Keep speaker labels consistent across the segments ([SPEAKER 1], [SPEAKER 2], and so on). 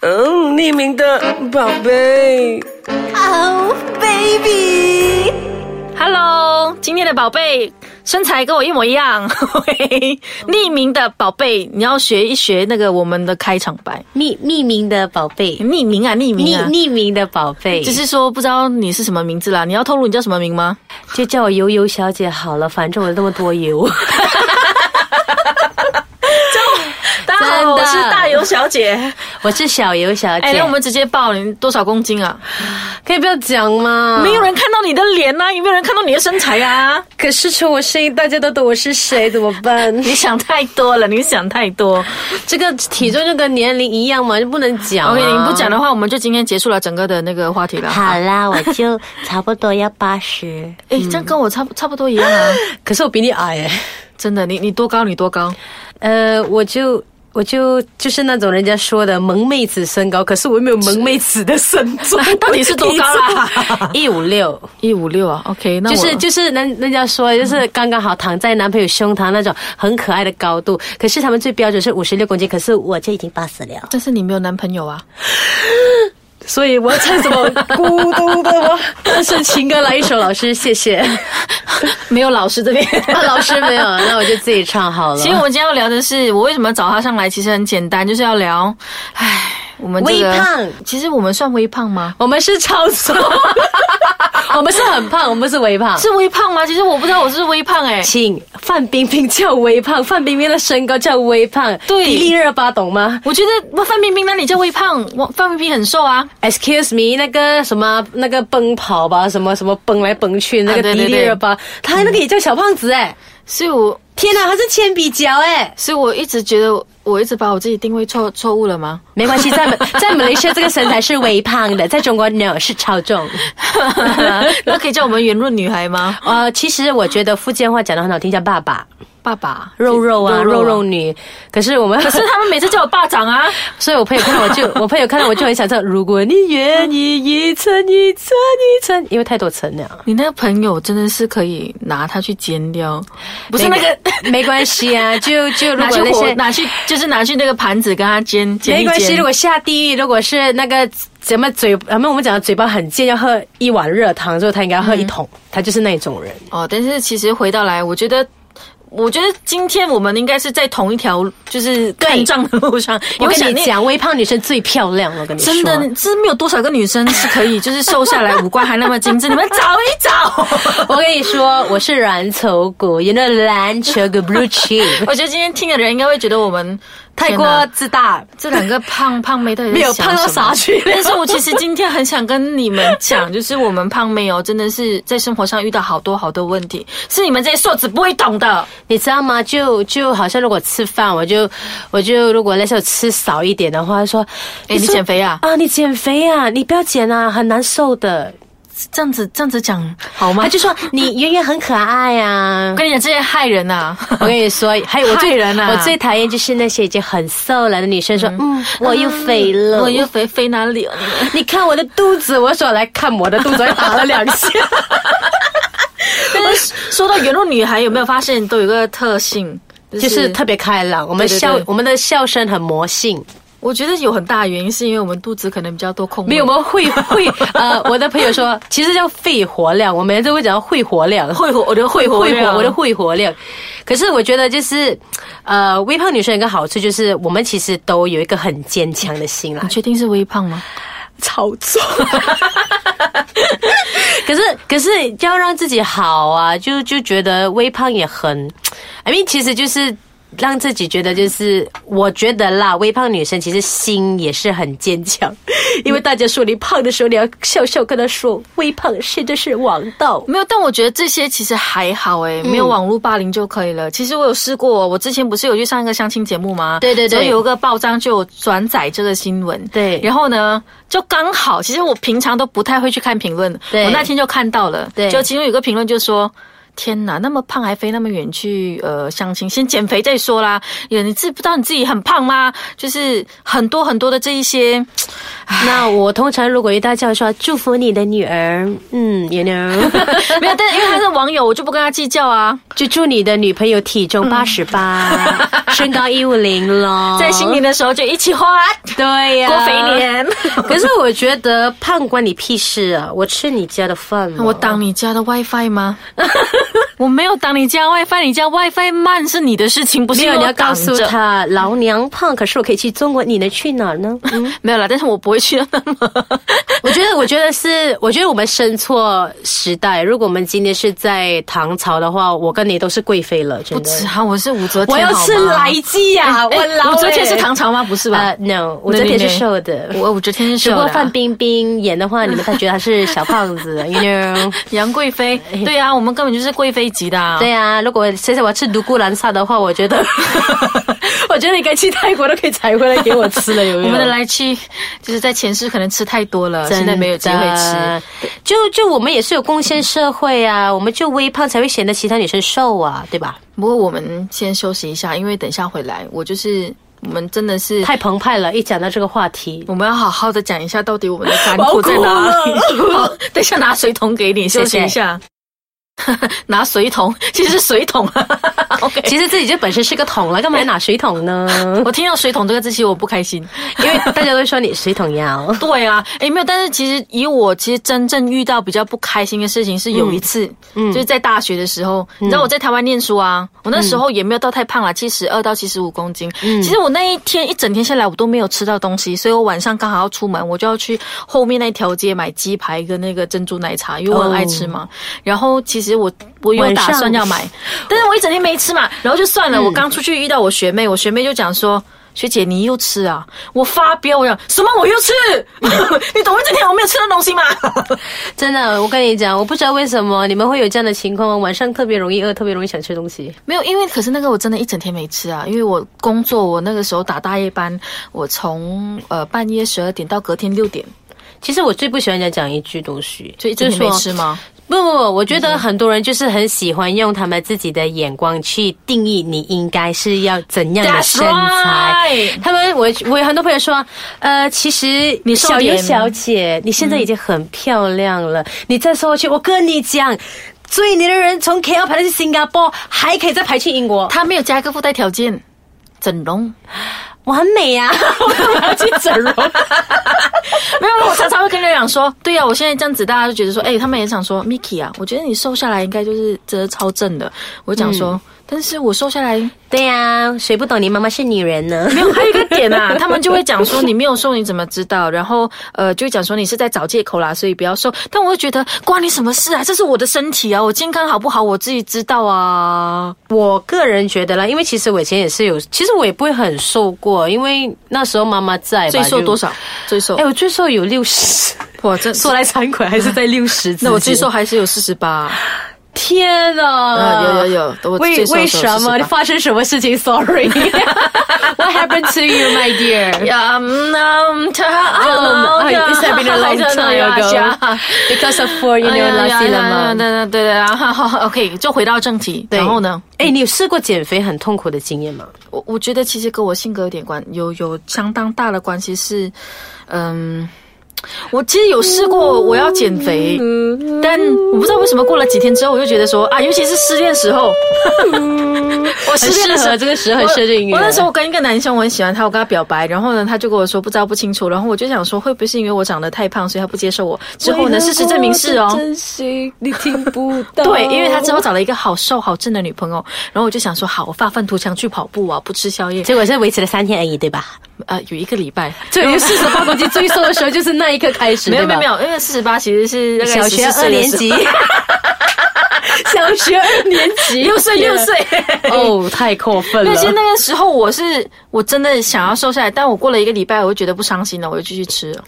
[SPEAKER 1] 嗯，匿名的宝贝。
[SPEAKER 2] Oh baby，
[SPEAKER 3] Hello，今天的宝贝身材跟我一模一样。 嘿匿名的宝贝，你要学一学那个我们的开场白。
[SPEAKER 2] 匿匿名的宝贝，
[SPEAKER 3] 匿名啊，匿名
[SPEAKER 2] 匿
[SPEAKER 3] 啊，
[SPEAKER 2] 匿名的宝贝，
[SPEAKER 3] 只是说不知道你是什么名字啦。你要透露你叫什么名吗？
[SPEAKER 2] 就叫我油油小姐好了，反正我那么多 油。
[SPEAKER 3] 大
[SPEAKER 2] 家好我是大
[SPEAKER 3] 油小姐。
[SPEAKER 2] 我是小油小姐，
[SPEAKER 3] 哎，那我们直接报你多少公斤啊？
[SPEAKER 2] 可以不要讲吗？
[SPEAKER 3] 没有，人看到你的脸呐、也没有人看到你的身材啊。
[SPEAKER 2] 可是从我声音大家都懂我是谁，怎么办？
[SPEAKER 3] 你想太多了，你想太多。
[SPEAKER 2] 这个体重就跟年龄一样嘛，就不能讲、啊。
[SPEAKER 3] OK，你不讲的话，我们就今天结束了整个的那个话题了。
[SPEAKER 4] 好啦，我就差不多要八十。
[SPEAKER 3] 哎，这样跟我差不差不多一 样啊。
[SPEAKER 2] 可是我比你矮哎。
[SPEAKER 3] 真的，你你多高？你多高？，
[SPEAKER 2] 呃，我就我就就是那种人家说的萌妹子身高，可是我又没有萌妹子的 身重
[SPEAKER 3] 到底是多高啦？
[SPEAKER 2] 一五六，
[SPEAKER 3] 一五六啊，OK，那
[SPEAKER 2] 就
[SPEAKER 3] 我
[SPEAKER 2] 是就是人人家说就是刚刚好躺在男朋友胸膛那种很可爱的高度，可是他们最标准是五十六公斤，可是我
[SPEAKER 4] 我就已经八十了。
[SPEAKER 3] 但是你没有男朋友啊？
[SPEAKER 2] 所以我要唱什么孤独的 我单身情歌来一首，老师谢 谢。
[SPEAKER 3] 没有老师 这边。
[SPEAKER 2] 啊，老师没有，那我就自己唱好了。
[SPEAKER 3] 其实我们今天要聊的是，我为什么找他上来，其实很简单，就是要聊，唉，我们这个
[SPEAKER 2] 微胖
[SPEAKER 3] 其实我们算微胖吗？
[SPEAKER 2] 我们是超瘦， 我们是很胖，我们是微胖。
[SPEAKER 3] 是微胖吗？其实我不知道我是微胖哎、
[SPEAKER 2] 请范冰冰叫微胖，范冰冰的身高叫微胖，
[SPEAKER 3] 对
[SPEAKER 2] 迪丽热巴懂吗
[SPEAKER 3] 我觉得范冰冰那里叫微胖，我范冰冰很瘦啊。
[SPEAKER 2] ？Excuse me，那个什么那个奔跑吧，什么什么奔来奔去，那
[SPEAKER 3] 啊
[SPEAKER 2] 个
[SPEAKER 3] 对
[SPEAKER 2] 迪
[SPEAKER 3] 对
[SPEAKER 2] 丽
[SPEAKER 3] 对
[SPEAKER 2] 热巴，她那个也叫小胖子哎、
[SPEAKER 3] 所以我，
[SPEAKER 2] 天哪，她是铅笔脚哎、
[SPEAKER 3] 所以我一直觉得我一直把我自己定位错错误了吗？
[SPEAKER 2] 没关系，在 马在马来西亚这个身材是微胖的，在中国 no 是超 重。
[SPEAKER 3] 那可以叫我们圆润女孩吗？
[SPEAKER 2] 呃，其实我觉得福建话讲的很好听，叫爸爸、
[SPEAKER 3] 爸爸
[SPEAKER 2] 肉肉啊、肉肉
[SPEAKER 3] 啊
[SPEAKER 2] 女。可是我们，
[SPEAKER 3] 可是他们每次叫我爸长啊，
[SPEAKER 2] 所以我朋友看到我就，我朋友看到我就很想唱。如果你愿意一层一层一层，因为太多层了。
[SPEAKER 3] 你那个朋友真的是可以拿他去煎掉，不是那
[SPEAKER 2] 没
[SPEAKER 3] 个。
[SPEAKER 2] 没关系啊，就就哦如
[SPEAKER 3] 拿
[SPEAKER 2] 果
[SPEAKER 3] 去
[SPEAKER 2] 那
[SPEAKER 3] 火，
[SPEAKER 2] 些
[SPEAKER 3] 拿去就是拿去那个盘子跟他煎煎一煎。
[SPEAKER 2] 没关系，如果下地狱，如果是那个咱们嘴，咱们我们讲的嘴巴很贱，要喝一碗热汤之后，他应该要喝一桶，他就是那种人。
[SPEAKER 3] 哦，但是其实回到来，我觉得。我觉得今天我们应该是在同一条就是看仗的路 上。
[SPEAKER 2] 我
[SPEAKER 3] 有
[SPEAKER 2] 跟
[SPEAKER 3] 想
[SPEAKER 2] 你
[SPEAKER 3] 念，
[SPEAKER 2] 讲，微胖女生最漂亮，我跟你说，
[SPEAKER 3] 真的，真没有多少个女生是可以就是瘦下来，五官还那么 精致。你们找一 找。
[SPEAKER 2] 我跟你说，我是蓝筹股，you know 蓝筹股 blue chip，
[SPEAKER 3] 我觉得今天听的人应该会觉得我们
[SPEAKER 2] 太
[SPEAKER 3] 天
[SPEAKER 2] 过
[SPEAKER 3] 哪
[SPEAKER 2] 自大。
[SPEAKER 3] 这两个胖胖妹到底在
[SPEAKER 2] 没有
[SPEAKER 3] 想
[SPEAKER 2] 胖到
[SPEAKER 3] 什么
[SPEAKER 2] 啥去了
[SPEAKER 3] 但是我其实今天很想跟你们讲，就是我们胖妹哦，真的是在生活上遇到好多好多问题，是你们这些瘦子不会懂的。
[SPEAKER 2] 你知道吗？就就好像如果吃饭，我就我就如果那时候吃少一点的话，说，
[SPEAKER 3] 哎你
[SPEAKER 2] 说
[SPEAKER 3] 减肥啊
[SPEAKER 2] 啊，你减肥啊，你不要减啊，很难受的。
[SPEAKER 3] 这样子这样子讲好吗
[SPEAKER 2] 他？ 就说你圆圆很可爱啊
[SPEAKER 3] 啊我。跟你讲，这些害人啊 呐、
[SPEAKER 2] 我跟你说，还有我最
[SPEAKER 3] 害人啊
[SPEAKER 2] 我最讨厌就是那些已经很瘦了的女生说，嗯，我又肥了，
[SPEAKER 3] 我又肥肥哪里了？
[SPEAKER 2] 你看我的肚子，我说来看我的肚子，我还打了两 下。
[SPEAKER 3] 但是说到圆润女孩，有没有发现都有个特性？
[SPEAKER 2] 就是特别开朗。我们
[SPEAKER 3] 对对
[SPEAKER 2] 笑
[SPEAKER 3] 对，
[SPEAKER 2] 我们的笑声很魔性。
[SPEAKER 3] 我觉得有很大的原因是因为我们肚子可能比较多空位。
[SPEAKER 2] 没有，我们会 会呃，我的朋友说，其实叫肺活量，我们都会讲肺活量。
[SPEAKER 3] 会火，我的会火
[SPEAKER 2] 会
[SPEAKER 3] 量，
[SPEAKER 2] 活，我的会活量。可是我觉得就是，呃，微胖女生有一个好处就是，我们其实都有一个很坚强的心啦
[SPEAKER 3] 你。确定是微胖吗？
[SPEAKER 2] 操作。 可是可是要让自己好啊，就就觉得微胖也很，I mean，其实就是。让自己觉得就是，我觉得啦，微胖女生其实心也是很坚强，因为大家说你胖的时候，你要笑笑跟她说，微胖是这是王道。
[SPEAKER 3] 没有，但我觉得这些其实还好诶，
[SPEAKER 2] 嗯
[SPEAKER 3] 没有网络霸凌就可以了。其实我有试过，我之前不是有去上一个相亲节目吗？
[SPEAKER 2] 对对对
[SPEAKER 3] 所以有一个报章就有转载这个新闻。
[SPEAKER 2] 对
[SPEAKER 3] 然后呢，就刚好，其实我平常都不太会去看评论，
[SPEAKER 2] 对
[SPEAKER 3] 我那天就看到了，
[SPEAKER 2] 对
[SPEAKER 3] 就其中有个评论就说。天哪，那么胖还飞那么远去呃相亲，先减肥 再说啦。有你自不知道你自己很胖吗？就是很多很多的这一些，
[SPEAKER 2] 那我通常如果遇到这样说，祝福你的女儿，嗯，you know，
[SPEAKER 3] 没有，但因为他是网友，我就不跟他计较啊。
[SPEAKER 2] 就祝你的女朋友体重八十八，身高一五零咯，
[SPEAKER 3] 在新年的时候就一起花
[SPEAKER 2] 哦对呀、
[SPEAKER 3] 过肥。 年，
[SPEAKER 2] 可是我觉得胖关你屁事啊！我吃你家的饭嘛，
[SPEAKER 3] 我挡你家的 WiFi 吗？ 我没有挡你家 WiFi，你家 WiFi 慢是你的事情，不是
[SPEAKER 2] 没有
[SPEAKER 3] 我
[SPEAKER 2] 你要告诉
[SPEAKER 3] 挡着。
[SPEAKER 2] 他，老娘胖，可是我可以去中国，你能去哪儿呢？嗯
[SPEAKER 3] 没有啦，但是我不会去那 么。
[SPEAKER 2] 我觉得，我觉得是，我觉得我们生错时代。如果我们今天是在唐朝的话，我跟你都是贵妃了，真
[SPEAKER 3] 不
[SPEAKER 2] 的。
[SPEAKER 3] 止啊，我是武则天。
[SPEAKER 2] 我要吃
[SPEAKER 3] 好吗
[SPEAKER 2] 来记呀、
[SPEAKER 3] 哎
[SPEAKER 2] 我老、
[SPEAKER 3] 武则天是唐朝吗？不是吧
[SPEAKER 2] 呃、，no，武则天是瘦的。
[SPEAKER 3] 我武则天是
[SPEAKER 2] 如
[SPEAKER 3] 瘦
[SPEAKER 2] 果
[SPEAKER 3] 的
[SPEAKER 2] 范
[SPEAKER 3] 啊。
[SPEAKER 2] 冰冰演的话，你们才觉得她是小胖子，you know？
[SPEAKER 3] 杨贵妃，对啊，我们根本就是贵妃级的、啊。
[SPEAKER 2] 哎对啊，如果现在我要吃独孤兰萨的话，我觉得， 我觉得你该去泰国都可以采回来给 我吃了，有没有？
[SPEAKER 3] 我们的来去就是在前世可能吃太多了，现在没有机会吃。
[SPEAKER 2] 吃。就就我们也是有贡献社会啊，我们就微胖才会显得其他女生瘦啊，对吧？
[SPEAKER 3] 不过我们先休息一下，因为等一下回来，我就是我们真的是，
[SPEAKER 2] 太澎湃了，一讲到这个话 题，
[SPEAKER 3] 我们要好好的讲一下到底我们的干
[SPEAKER 2] 我要
[SPEAKER 3] 苦
[SPEAKER 2] 哭
[SPEAKER 3] 在哪里。 好，等一下拿水桶给你，休息一下。 拿水桶，其实是水桶啊。OK，
[SPEAKER 2] 其实自己就本身是个桶了，干嘛要拿水桶呢？
[SPEAKER 3] 我听到水桶这个字，其实我不开心。
[SPEAKER 2] 因为大家都说你水桶腰。
[SPEAKER 3] 对啊，诶，没有，但是其实以我其实真正遇到比较不开心的事情是有一次，就是在大学的时候，你知道我在台湾念书啊，我那时候也没有到太胖啦，七十二到七十五公斤。其实我那一天一整天下来我都没有吃到东西，所以我晚上刚好要出门，我就要去后面那条街买鸡排跟那个珍珠奶茶，因为我很爱吃嘛。然后其实我我有打算要买，但是我一整天没吃嘛，然后就算了。我刚出去遇到我学妹，我学妹就讲说。学姐，你又吃啊！我发飙，我讲什么？我又吃？ 你懂我整天我没有吃的东西吗？
[SPEAKER 2] 真的，我跟你讲，我不知道为什么你们会有这样的情况，晚上特别容易饿，特别容易想吃东西。
[SPEAKER 3] 没有，因为可是那个我真的一整天没吃啊，因为我工作，我那个时候打大夜班，我从呃半夜十二点到隔天六点，
[SPEAKER 2] 其实我最不喜欢人家讲一句东西，
[SPEAKER 3] 所以一整天
[SPEAKER 2] 是
[SPEAKER 3] 没
[SPEAKER 2] 说
[SPEAKER 3] 吃吗？
[SPEAKER 2] 不不不，我觉得很多人就是很喜欢用他们自己的眼光去定义你应该是要怎样的
[SPEAKER 3] That's
[SPEAKER 2] 身材。
[SPEAKER 3] right
[SPEAKER 2] 他们，我我有很多朋友说，呃，其实
[SPEAKER 3] 你瘦
[SPEAKER 2] 小尤
[SPEAKER 3] 点
[SPEAKER 2] 小姐，你现在已经很漂亮了，你再瘦下去，我跟你讲，追你的人从 KL 排到去新加坡，还可以再排去英国，
[SPEAKER 3] 他没有加一个附带条件，整容。
[SPEAKER 2] 完美呀、啊！ 我干嘛要去整容？
[SPEAKER 3] 没有，我常常会跟人讲说，对呀、啊我现在这样子，大家就觉得说，哎、他们也想说，Miki 啊，我觉得你瘦下来应该就是真的超正的。我讲说，
[SPEAKER 2] 嗯
[SPEAKER 3] 但是我瘦下来
[SPEAKER 2] 对呀、谁不懂你妈妈是女人呢？
[SPEAKER 3] 没有，还有一个点啊，他们就会讲说你没有瘦你怎么知道？然后呃，就会讲说你是在找借口啦，所以不要瘦。但我会觉得关你什么事啊？这是我的身体啊，我健康好不好我自己知道啊。
[SPEAKER 2] 我个人觉得啦，因为其实我以前也是有，其实我也不会很瘦过，因为那时候妈妈在吧。
[SPEAKER 3] 最瘦
[SPEAKER 2] 就
[SPEAKER 3] 多？少？最瘦？
[SPEAKER 2] 哎、我最瘦有六 十，哎
[SPEAKER 3] 哇，这
[SPEAKER 2] 说来惭愧，还是在六十。
[SPEAKER 3] 那我最瘦，还是有四十八。
[SPEAKER 2] 天哪！
[SPEAKER 3] 啊有有有我
[SPEAKER 2] 为
[SPEAKER 3] 最瘦的
[SPEAKER 2] 为
[SPEAKER 3] 时候
[SPEAKER 2] 什么
[SPEAKER 3] 48
[SPEAKER 2] 发生什么事情？Sorry，What happened to you, my dear?
[SPEAKER 3] Yeah, um, um, I don't know.
[SPEAKER 2] Um, it's been a long
[SPEAKER 3] I don't know,
[SPEAKER 2] time ago
[SPEAKER 3] yeah.
[SPEAKER 2] because of for you
[SPEAKER 3] 哎
[SPEAKER 2] know
[SPEAKER 3] 呀
[SPEAKER 2] last
[SPEAKER 3] 呀
[SPEAKER 2] year
[SPEAKER 3] 呀
[SPEAKER 2] month
[SPEAKER 3] 对对对对，然后 OK，就回到正题。
[SPEAKER 2] 对
[SPEAKER 3] 然后呢，？
[SPEAKER 2] 哎、你有试过减肥很痛苦的经验 吗？
[SPEAKER 3] 我我觉得其实跟我性格有点关，有有相当大的关系是，嗯。我其实有试
[SPEAKER 2] 嗯
[SPEAKER 3] 过我要减肥，但我不知道为什么过了几天之后，我就觉得说啊，尤其是失恋时候， 我失恋的时
[SPEAKER 2] 很适合啊
[SPEAKER 3] 候
[SPEAKER 2] 这个时候很适合这个啊
[SPEAKER 3] 我我那时候跟一个男生我很喜欢他，我跟他表白，然后呢他就跟我说不知道不清楚，然后我就想说会不会是因为我长得太胖，所以他不接受我？之后呢，事实证明是哦，
[SPEAKER 1] 真心你听不
[SPEAKER 2] 哦
[SPEAKER 1] 到。
[SPEAKER 3] 对，因为他之后找了一个好瘦好正的女朋友，然后我就想说，好，我发愤图强去跑步啊，不吃宵夜。
[SPEAKER 2] 结果是维持了三天而已，对吧？
[SPEAKER 3] 呃，有一个礼拜，
[SPEAKER 2] 对，有四十八公斤最瘦的时候就是那一刻开始，
[SPEAKER 3] 没有
[SPEAKER 2] 对吧
[SPEAKER 3] 没有没有，因为四十八其实是大概
[SPEAKER 2] 小学
[SPEAKER 3] 14
[SPEAKER 2] 二
[SPEAKER 3] 岁的
[SPEAKER 2] 年
[SPEAKER 3] 时候
[SPEAKER 2] 级，， 小学二年级，
[SPEAKER 3] 六岁六岁。
[SPEAKER 2] 哦，太过分
[SPEAKER 3] 那
[SPEAKER 2] 了
[SPEAKER 3] 其。实那个 时候我是我真的想要瘦下来，但我过了一个礼拜，我就觉得不伤心了，我就继续吃了。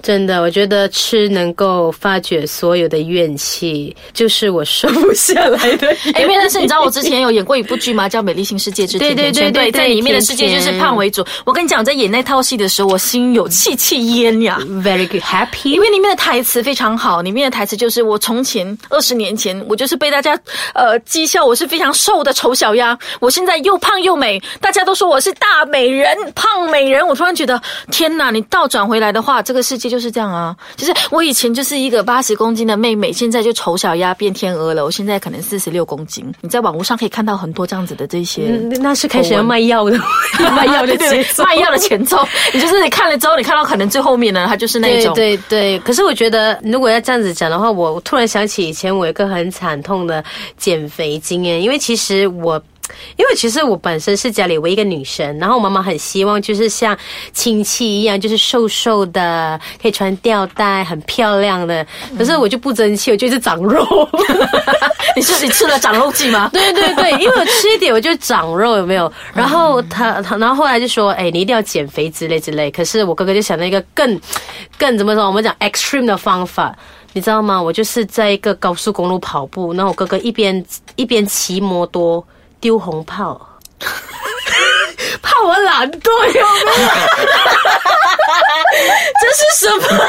[SPEAKER 2] 真的，我觉得吃能够发掘所有的怨气，就是我瘦不下来的原因。
[SPEAKER 3] 哎，因为但是你知道我之前有演过一部剧吗？叫《美丽新世界之
[SPEAKER 2] 对
[SPEAKER 3] 甜
[SPEAKER 2] 对
[SPEAKER 3] 甜圈》，
[SPEAKER 2] 对对对
[SPEAKER 3] 在里面的世
[SPEAKER 2] 甜
[SPEAKER 3] 界就是胖为主。我跟你讲，我在演那套戏的时候，我心有戚戚焉呀。
[SPEAKER 2] very good happy，
[SPEAKER 3] 因为里面的台词非常好，里面的台词就是我从前二十年前，我就是被大家呃讥笑我是非常瘦的丑小鸭，我现在又胖又美，大家都说我是大美人、胖美人。我突然觉得，天哪！你倒转回来的话，这个世界就是这样啊。就是我以前就是一个八十公斤的妹妹，现在就丑小鸭变天鹅了。我现在可能四十六公斤。你在网络上可以看到很多这样子的这些。
[SPEAKER 2] 嗯那是开始要卖药 的，卖药的
[SPEAKER 3] 对对
[SPEAKER 2] 节
[SPEAKER 3] 对
[SPEAKER 2] 奏，
[SPEAKER 3] 卖药的前奏，你就是你看了之后，你看到可能最后面呢，它就是那一种。
[SPEAKER 2] 对对对，可是我觉得如果要这样子讲的话，我突然想起以前我有一个很惨痛的减肥经验，因为其实我。因为其实我本身是家里唯一一个女生，然后我妈妈很希望就是像亲戚一样，就是瘦瘦的，可以穿吊带，很漂亮的。可是我就不争气，我就一直长肉。
[SPEAKER 3] 你是你吃了长肉剂吗？
[SPEAKER 2] 对对对，因为我吃一点我就长肉，有没有？然后他他，然后后来就说，哎，你一定要减肥之类之类。可是我哥哥就想到一个更更怎么说，我们讲 extreme 的方法。你知道吗？我就是在一个高速公路跑步，然后我哥哥一边一边骑摩托丢红炮， 怕我懒惰有 没有？这是什 么？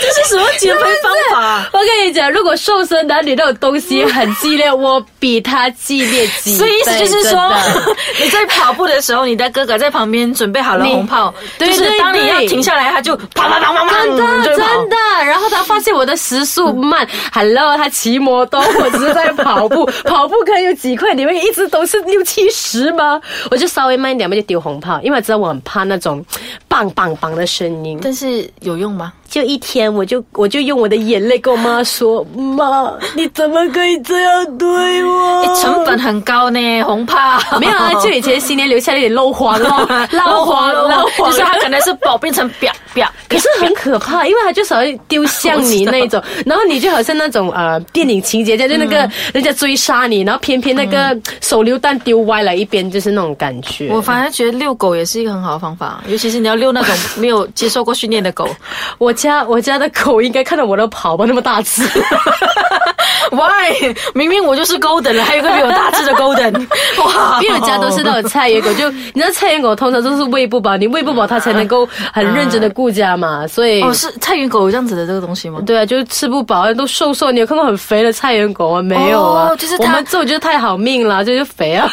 [SPEAKER 2] 这是什么减肥方法？我跟你讲，如果瘦身男女那种东西很激烈，我比他激烈几倍。
[SPEAKER 3] 所以意思就是说
[SPEAKER 2] 真的，
[SPEAKER 3] 你在跑步的时候，你的哥哥在旁边准备好了
[SPEAKER 2] 你
[SPEAKER 3] 红炮，
[SPEAKER 2] 对
[SPEAKER 3] 就是
[SPEAKER 2] 对
[SPEAKER 3] 当你
[SPEAKER 2] 对
[SPEAKER 3] 要停下来，他就啪啪啪啪啪，
[SPEAKER 2] 真的
[SPEAKER 3] 就跑
[SPEAKER 2] 真的。然后他发现我的时速慢，Hello，他骑摩托，我只是在跑步，跑步可以有几块，你们一直都是六七十吗？我就稍微慢一点，我就丢红炮，因为我知道我很怕那种棒棒棒的声音。
[SPEAKER 3] 但是有用吗？
[SPEAKER 2] 就一天，我就我就用我的眼泪跟我妈说：“妈，你怎么可以这样对 我？”
[SPEAKER 3] 诶哎成本很高呢，红 炮
[SPEAKER 2] 没有啊，就以前新年留下了一点漏黄咯，
[SPEAKER 3] 老黄
[SPEAKER 2] 漏
[SPEAKER 3] 老
[SPEAKER 2] 黄，
[SPEAKER 3] 黄，就是他可能是宝变成 表表，
[SPEAKER 2] 可是很可怕，因为他就少丢向你那一种，然后你就好像那种呃电影情节，就那
[SPEAKER 3] 嗯
[SPEAKER 2] 个人家追杀你，然后偏偏那个手榴弹丢歪了一边，就是那种感觉。
[SPEAKER 3] 我反而觉得遛狗也是一个很好的方法，尤其是你要遛那种没有接受过训练的狗。
[SPEAKER 2] 我家我家的狗应该看到我的跑吧，那么大 只。
[SPEAKER 3] Why？明明我就是 Golden 了，还有一个比我大只的 Golden。哇，
[SPEAKER 2] 因为我家都是那种菜园狗，就你知道菜园狗通常都是喂不饱，你喂不饱它才能够很认真的顾家嘛，所以。
[SPEAKER 3] 哦，是菜园狗有这样子的这个东西吗？
[SPEAKER 2] 对啊，就是吃不饱，都瘦瘦。你有看过很肥的菜园狗啊？没有啊，
[SPEAKER 3] 哦就是它
[SPEAKER 2] 我们这种就是太好命了，就是肥啊。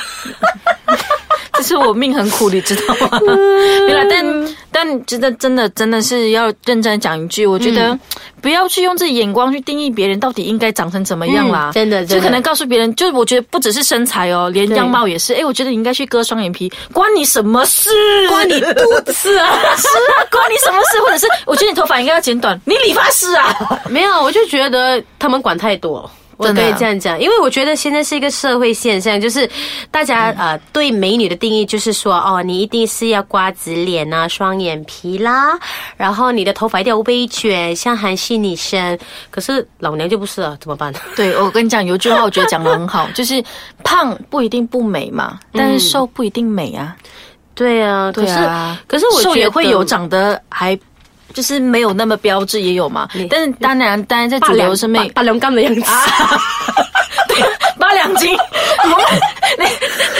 [SPEAKER 3] 这是我命很苦，你知道 吗？对了，但但真的真的真的是要认真讲一句，我觉得不要去用自己眼光去定义别人到底应该长成怎么样啦。
[SPEAKER 2] 嗯真的真
[SPEAKER 3] 就
[SPEAKER 2] 的
[SPEAKER 3] 可能告诉别人，就是我觉得不只是身材哦，连
[SPEAKER 2] 对
[SPEAKER 3] 样貌也是。哎，我觉得你应该去割双眼皮，关你什么事？
[SPEAKER 2] 关你肚子啊！
[SPEAKER 3] 是啊，关你什么事？或者是 我觉得你头发应该要剪短，你理发师啊？
[SPEAKER 2] 没有，我就觉得他们管太多。我
[SPEAKER 3] 真
[SPEAKER 2] 可
[SPEAKER 3] 的啊
[SPEAKER 2] 以这样讲，因为我觉得现在是一个社会现象，就是大家、呃对美女的定义就是说，哦，你一定是要瓜子脸啊、双眼皮啦，然后你的头发一定要微卷，像韩系女生。可是老娘就不是啊，怎么办？
[SPEAKER 3] 对，我跟你讲，有句话我觉得讲的很好，就是胖不一定不美嘛，但是瘦不一定美啊。
[SPEAKER 2] 对啊，可
[SPEAKER 3] 对
[SPEAKER 2] 是、
[SPEAKER 3] 啊，
[SPEAKER 2] 可是我
[SPEAKER 3] 瘦
[SPEAKER 2] 觉
[SPEAKER 3] 也
[SPEAKER 2] 得
[SPEAKER 3] 会有长得还就是没有那么标致也有嘛
[SPEAKER 2] 你，
[SPEAKER 3] 但是当然当然在
[SPEAKER 2] 八
[SPEAKER 3] 主
[SPEAKER 2] 两
[SPEAKER 3] 流审美
[SPEAKER 2] 八两杠的样 子。
[SPEAKER 3] 八两斤， 你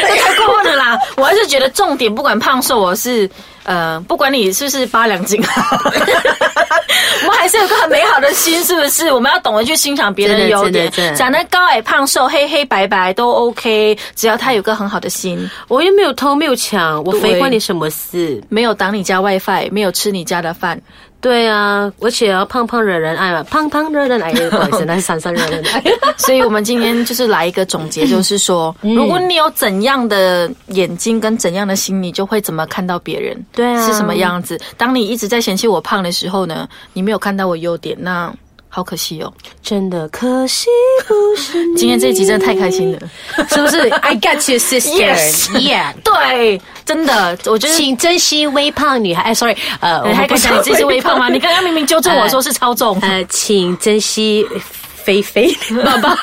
[SPEAKER 3] 这太过分了啦！我还是觉得重点不管胖瘦，我是呃，不管你是不是八两斤， 我们还是有个很美好的心，是不是？我们要懂得去欣赏别人的
[SPEAKER 2] 真的
[SPEAKER 3] 优
[SPEAKER 2] 真的
[SPEAKER 3] 点
[SPEAKER 2] 真，的
[SPEAKER 3] 长得高矮胖瘦黑黑白白都 OK，只要他有个很好的心。
[SPEAKER 2] 我又没有偷，没有抢，我肥
[SPEAKER 3] 对
[SPEAKER 2] 关你什么事？
[SPEAKER 3] 没有挡你家 WiFi，没有吃你家的饭，
[SPEAKER 2] 对啊，而且要胖胖惹人爱嘛，胖胖惹人爱，不好意思，那是珊珊惹人哎爱。
[SPEAKER 3] 所以我们今天就是来一个总结，就是 说，如果你有怎样的眼睛跟怎样的心，你就会怎么看到别人，
[SPEAKER 2] 对啊
[SPEAKER 3] 是什么样子。当你一直在嫌弃我胖的时候呢，你没有看到我优点，那好可惜哦。
[SPEAKER 2] 真的可惜不是你。
[SPEAKER 3] 今天这一集真的太开心了，
[SPEAKER 2] 是不是？I got you, sister.
[SPEAKER 3] Yes.
[SPEAKER 2] Yeah.
[SPEAKER 3] 对，真的，我觉得。
[SPEAKER 2] 请珍惜微胖女孩。哎，sorry，呃，我
[SPEAKER 3] 你
[SPEAKER 2] 们
[SPEAKER 3] 还
[SPEAKER 2] 不
[SPEAKER 3] 敢
[SPEAKER 2] 是
[SPEAKER 3] 讲你自己是微 胖吗？你刚刚明哎
[SPEAKER 2] 呃
[SPEAKER 3] 明纠正我说是超重，
[SPEAKER 2] 呃，请珍惜肥肥爸爸。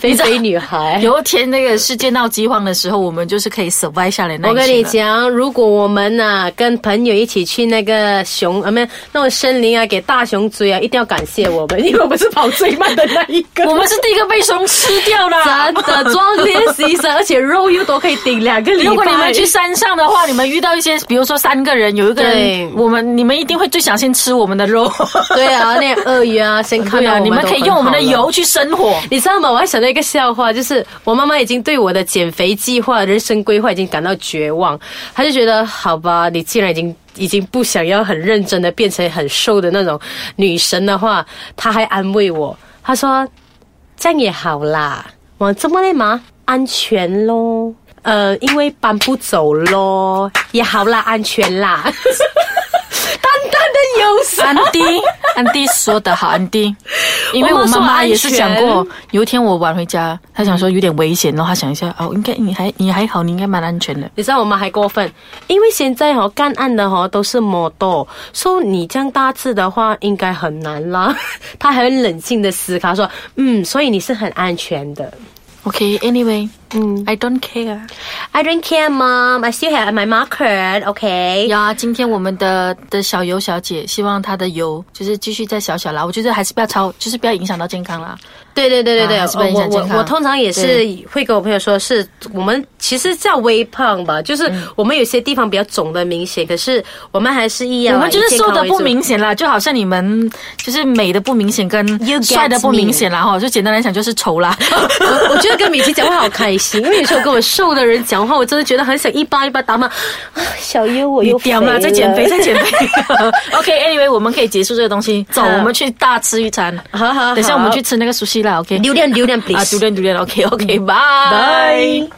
[SPEAKER 2] 肥肥女孩。
[SPEAKER 3] 有一天那个世界闹饥荒的时候，我们就是可以 survive 下来那一
[SPEAKER 2] 我跟你
[SPEAKER 3] 群人，
[SPEAKER 2] 讲，如果我们呐、跟朋友一起去那个熊啊，没那种森林啊，给大熊追啊，一定要感谢我们，因为我们是跑最慢的那一个。
[SPEAKER 3] 我们是第一个被熊吃掉的。 啊
[SPEAKER 2] 真的壮烈牺牲，而且肉又多，可以顶两个礼拜。
[SPEAKER 3] 如果你们去山上的话，你们遇到一些，比如说三个人，有一个
[SPEAKER 2] 对
[SPEAKER 3] 人，我们你们一定会最想先吃我们的肉。
[SPEAKER 2] 对啊，那鳄鱼啊，先看
[SPEAKER 3] 对
[SPEAKER 2] 到
[SPEAKER 3] 啊，
[SPEAKER 2] 我
[SPEAKER 3] 你们可以用我们的
[SPEAKER 2] 都很好了
[SPEAKER 3] 油去生火。
[SPEAKER 2] 你知道吗？我还想到一个笑话，就是我妈妈已经对我的减肥计划、人生规划已经感到绝望，她就觉得好吧，你既然已经已经不想要很认真的变成很瘦的那种女神的话，她还安慰我，她说这样也好啦，我这么累嘛，安全咯。呃，因为搬不走咯，也好啦，安全啦， 淡淡的忧伤。
[SPEAKER 3] 安迪，安迪说的好，安 迪，因为
[SPEAKER 2] 我
[SPEAKER 3] 我
[SPEAKER 2] 妈说
[SPEAKER 3] 妈妈也是
[SPEAKER 2] 安全
[SPEAKER 3] 讲过，有一天我晚回家，她想说有点危险，然后她想一下，哦，应该你还你还好，你应该蛮安全的。
[SPEAKER 2] 你知道我妈还过分，因为现在哦干案的哦都是 model，说你这样大致的话应该很难啦。 她还很冷静的思考说，嗯，所以你是很安全的。
[SPEAKER 3] OK，Anyway，
[SPEAKER 2] 嗯
[SPEAKER 3] 嗯，I don't care。
[SPEAKER 2] I don't care, mom. I still have my marker. OK.
[SPEAKER 3] 呀，今天我们的的小游小姐，希望她的油就是继续在小小啦，我觉得还是不要超，就是不要影响到健康啦。
[SPEAKER 2] 对对对对对，
[SPEAKER 3] 啊是不是
[SPEAKER 2] 我
[SPEAKER 3] 很
[SPEAKER 2] 我
[SPEAKER 3] 健康
[SPEAKER 2] 我我通常也是会跟我朋友说，是我们其实叫微胖吧，就是
[SPEAKER 3] 嗯
[SPEAKER 2] 我们有些地方比较肿的明显，可是我们还是一样
[SPEAKER 3] 我
[SPEAKER 2] 啊，
[SPEAKER 3] 们就是
[SPEAKER 2] 以健
[SPEAKER 3] 瘦
[SPEAKER 2] 康
[SPEAKER 3] 的
[SPEAKER 2] 为
[SPEAKER 3] 不
[SPEAKER 2] 主
[SPEAKER 3] 明显啦，就好像你们就是美的不明显，跟
[SPEAKER 2] You get
[SPEAKER 3] 帅的不
[SPEAKER 2] me
[SPEAKER 3] 明显啦哈，就简单来讲就是丑 啦。
[SPEAKER 2] 我我觉得跟米奇讲话好开心，因为有时候跟我瘦的人讲话，我真的觉得很想一巴一巴打满。啊小优，我
[SPEAKER 3] 你
[SPEAKER 2] 又
[SPEAKER 3] 屌嘛，
[SPEAKER 2] 肥
[SPEAKER 3] 在减
[SPEAKER 2] 了啊
[SPEAKER 3] 肥，在减肥。OK，Anyway，、我们可以结束这个东西，走，
[SPEAKER 2] 好
[SPEAKER 3] 我们去大吃一餐。
[SPEAKER 2] 好好好
[SPEAKER 3] 等一下我们去吃那个熟悉啦。OK，
[SPEAKER 2] 榴莲榴莲
[SPEAKER 3] 啊，
[SPEAKER 2] ，please
[SPEAKER 3] 榴。莲榴莲。OK，OK，拜、
[SPEAKER 2] 拜。